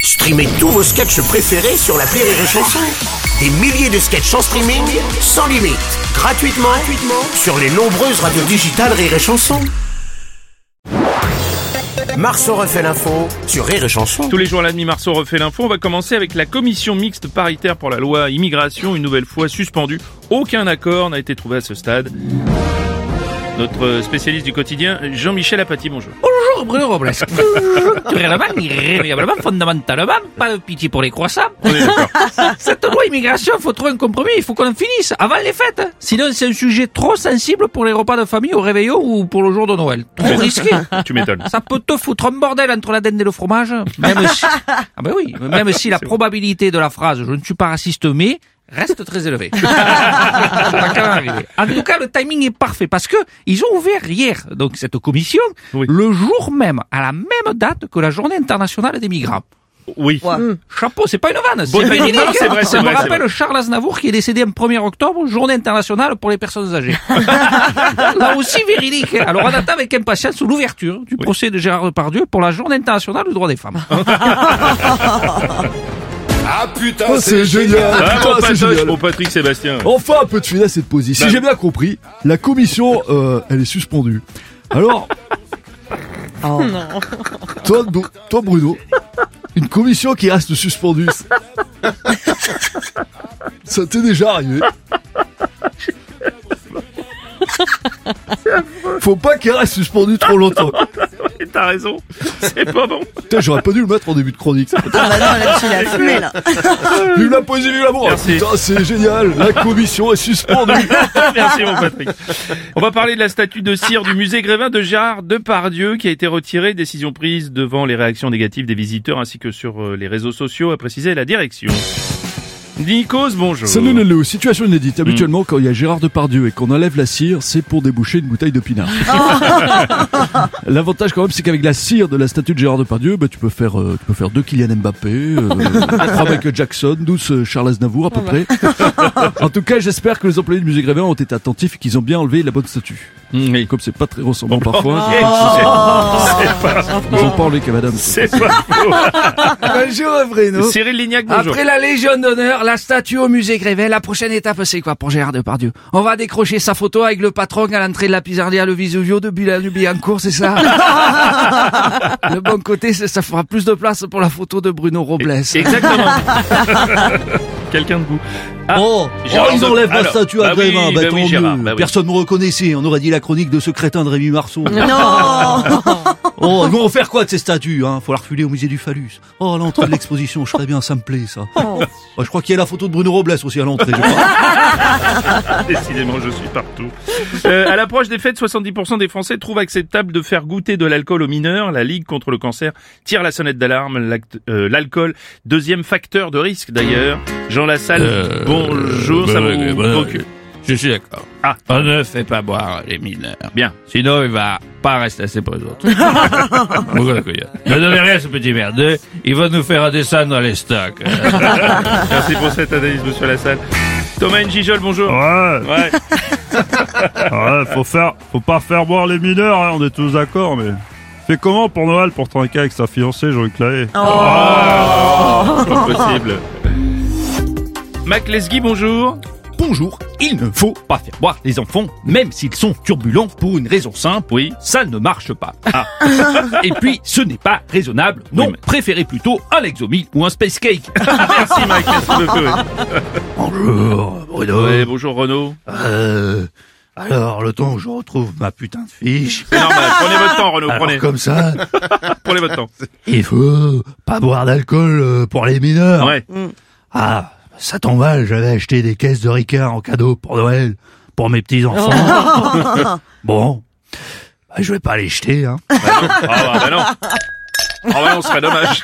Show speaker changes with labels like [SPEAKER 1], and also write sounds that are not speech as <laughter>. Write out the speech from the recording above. [SPEAKER 1] Streamez tous vos sketchs préférés sur la Rire et Chanson. Des milliers de sketchs en streaming, sans limite, gratuitement, gratuitement sur les nombreuses radios digitales Rire et Chanson. Marceau refait l'info sur Rire et Chanson.
[SPEAKER 2] Tous les jours à la demi-marceau refait l'info. On va commencer avec la commission mixte paritaire pour la loi immigration, une nouvelle fois suspendue. Aucun accord n'a été trouvé à ce stade. Notre spécialiste du quotidien, Jean-Michel Apathy, bonjour.
[SPEAKER 3] Bonjour Bruno Robles. Culturellement, irrémédiablement, fondamentalement, pas de pitié pour les croissants.
[SPEAKER 2] On est d'accord.
[SPEAKER 3] Cette loi immigration, faut trouver un compromis, il faut qu'on en finisse avant les fêtes. Sinon, c'est un sujet trop sensible pour les repas de famille au réveillon ou pour le jour de Noël. Trop risqué.
[SPEAKER 2] tu m'étonnes.
[SPEAKER 3] Ça peut te foutre un bordel entre la dinde et le fromage, même si, ah ben oui, même si la probabilité de la phrase je ne suis pas raciste mais reste très élevée. Ça va quand même arriver. hein, en tout cas, le timing est parfait parce que ils ont ouvert hier, donc cette commission,
[SPEAKER 2] Oui.
[SPEAKER 3] le jour même, à la même date que la journée internationale des migrants.
[SPEAKER 2] Oui.
[SPEAKER 3] Chapeau, c'est pas une vanne, c'est
[SPEAKER 2] Bonne
[SPEAKER 3] pas une
[SPEAKER 2] idée.
[SPEAKER 3] vanne.
[SPEAKER 2] Non, c'est vrai, c'est
[SPEAKER 3] Ça me
[SPEAKER 2] vrai, c'est
[SPEAKER 3] rappelle Charles Aznavour qui est décédé en 1er octobre, journée internationale pour les personnes
[SPEAKER 4] <laughs>
[SPEAKER 3] âgées. Là aussi véridique. hein. Alors on attend avec impatience l'ouverture du procès de Gérard Depardieu pour la journée internationale du droit des femmes.
[SPEAKER 5] Ah putain,
[SPEAKER 4] Oh, c'est génial!
[SPEAKER 2] Ah,
[SPEAKER 4] Putain,
[SPEAKER 2] mon
[SPEAKER 4] c'est
[SPEAKER 2] patoche,
[SPEAKER 4] génial.
[SPEAKER 2] mon Patrick Sébastien.
[SPEAKER 4] Enfin, un peu de finesse et de poésie. Si
[SPEAKER 2] Bah.
[SPEAKER 4] j'ai bien compris, la commission, euh, elle est suspendue. Alors. <laughs> Toi, Bru- toi, Bruno, une commission qui reste
[SPEAKER 2] <laughs>
[SPEAKER 4] suspendue. Ça t'est déjà
[SPEAKER 2] <laughs>
[SPEAKER 4] arrivé. Faut pas qu'elle reste suspendue trop longtemps.
[SPEAKER 2] Et T'as raison. C'est pas bon.
[SPEAKER 4] Putain, j'aurais pas dû le mettre en début de chronique.
[SPEAKER 6] Ah bah non, là, tu l'as fumé, là.
[SPEAKER 4] <laughs> Vive la poésie, vive l'amour!
[SPEAKER 2] Merci.
[SPEAKER 4] Putain, c'est génial! La commission est <laughs> suspendue!
[SPEAKER 2] <laughs> Merci, mon Patrick. On va parler de la statue de cire du musée Grévin de Gérard Depardieu qui a été retirée. Décision prise devant les réactions négatives des visiteurs ainsi que sur euh, les réseaux sociaux, a précisé la direction. Nikos, bonjour.
[SPEAKER 4] Salut Lolo, situation inédite. Habituellement, quand il y a Gérard Depardieu et qu'on enlève la cire, c'est pour déboucher une bouteille
[SPEAKER 6] <laughs>
[SPEAKER 4] de pinard. L'avantage quand même, c'est qu'avec la cire de la statue de Gérard Depardieu, bah, tu peux faire, euh, tu peux faire deux Kylian Mbappé, euh, trois Michael Jackson, 12 euh, Charles Aznavour à
[SPEAKER 3] Ah,
[SPEAKER 4] peu près. <laughs> en tout cas, j'espère que les employés du musée Grévin ont été attentifs et qu'ils ont bien enlevé la bonne statue.
[SPEAKER 2] Mm, oui.
[SPEAKER 4] Comme c'est pas très ressemblant parfois,
[SPEAKER 2] Ok, c'est-
[SPEAKER 4] ils ont pas enlevé Cavadam.
[SPEAKER 2] C'est pas faux.
[SPEAKER 3] Bonjour Bruno.
[SPEAKER 2] Cyril Lignac, bonjour.
[SPEAKER 3] Après la Légion d'honneur, la statue au musée Grévin, la prochaine étape c'est quoi pour Gérard Depardieu On va décrocher sa photo avec le patron à l'entrée de la pizzeria Le Vesuvio de Bilan-Billancourt,
[SPEAKER 7] <laughs>
[SPEAKER 3] c'est ça Le bon côté, c'est- ça fera plus de place pour la photo de Bruno Robles.
[SPEAKER 2] Exactement. Quelqu'un de vous. Ah,
[SPEAKER 7] Oh,
[SPEAKER 2] Gérard
[SPEAKER 7] oh, ils
[SPEAKER 2] de-
[SPEAKER 7] enlèvent la
[SPEAKER 2] alors,
[SPEAKER 7] statue à
[SPEAKER 2] bah
[SPEAKER 7] Grévin,
[SPEAKER 2] oui,
[SPEAKER 7] bah
[SPEAKER 2] bah
[SPEAKER 7] tant
[SPEAKER 2] oui,
[SPEAKER 7] mieux.
[SPEAKER 2] Gérard, bah oui.
[SPEAKER 7] Personne ne me reconnaissait, on aurait dit la chronique de ce crétin de Rémi Marceau.
[SPEAKER 6] Non
[SPEAKER 7] <laughs> oh, ils vont en faire quoi de ces statues hein Faut la refiler au musée du phallus. Oh, à l'entrée de l'exposition, je ferais bien, ça me plaît ça. Oh, je crois qu'il y a la photo de Bruno Robles aussi à l'entrée. je
[SPEAKER 2] <laughs>
[SPEAKER 7] crois.
[SPEAKER 2] Décidément, je suis partout. Euh, à l'approche des fêtes, 70% des Français trouvent acceptable de faire goûter de l'alcool aux mineurs. La Ligue contre le cancer tire la sonnette d'alarme. L'acte- euh, L'alcool, deuxième facteur de risque d'ailleurs. Jean Lassalle,
[SPEAKER 8] Euh,
[SPEAKER 2] bonjour.
[SPEAKER 8] bah
[SPEAKER 2] ça
[SPEAKER 8] ouais,
[SPEAKER 2] vous
[SPEAKER 8] bah ouais.
[SPEAKER 2] procure-
[SPEAKER 8] Je suis d'accord.
[SPEAKER 2] Ah.
[SPEAKER 8] On ne fait pas boire les mineurs.
[SPEAKER 2] Bien.
[SPEAKER 8] Sinon, il va pas rester assez pour les autres. <laughs> Beaucoup de couilles. Ne donnez rien à ce petit merdeux. Il va nous faire un dessin dans les stocks.
[SPEAKER 2] Merci pour cette analyse, monsieur Lassalle. Thomas Njijol, bonjour.
[SPEAKER 9] Ouais,
[SPEAKER 2] Ouais.
[SPEAKER 9] ouais, faut faire, faut pas faire boire les mineurs, hein, on est tous d'accord, mais. Fait comment pour Noël pour trinquer avec sa fiancée, Jean-Luc Lahaye
[SPEAKER 2] Pas possible. Mac Lesguy, bonjour.
[SPEAKER 7] Bonjour, il ne faut pas faire boire les enfants, même s'ils sont turbulents, pour une raison simple.
[SPEAKER 2] Oui.
[SPEAKER 7] ça ne marche pas. Ah.
[SPEAKER 3] <laughs>
[SPEAKER 7] Et puis, ce n'est pas raisonnable. Non,
[SPEAKER 2] Oui, mais-
[SPEAKER 7] préférez plutôt un Lexomil ou un Space Cake.
[SPEAKER 2] Merci Mac, merci beaucoup.
[SPEAKER 7] Bonjour, Bruno.
[SPEAKER 2] Ouais, bonjour Renaud.
[SPEAKER 7] Euh, alors, le temps où je retrouve ma putain de fiche.
[SPEAKER 2] C'est normal, Ah, prenez votre temps Renaud,
[SPEAKER 7] Alors,
[SPEAKER 2] prenez,
[SPEAKER 7] comme ça,
[SPEAKER 2] prenez votre temps.
[SPEAKER 7] il faut pas boire d'alcool euh, pour les mineurs.
[SPEAKER 2] Ouais.
[SPEAKER 7] Ah, ça tombe mal, j'avais acheté des caisses de Ricard en cadeau pour Noël, pour mes petits-enfants. bon, bah, je vais pas les jeter, hein.
[SPEAKER 2] Ah bah, bah non. Ah bah non, ce serait dommage.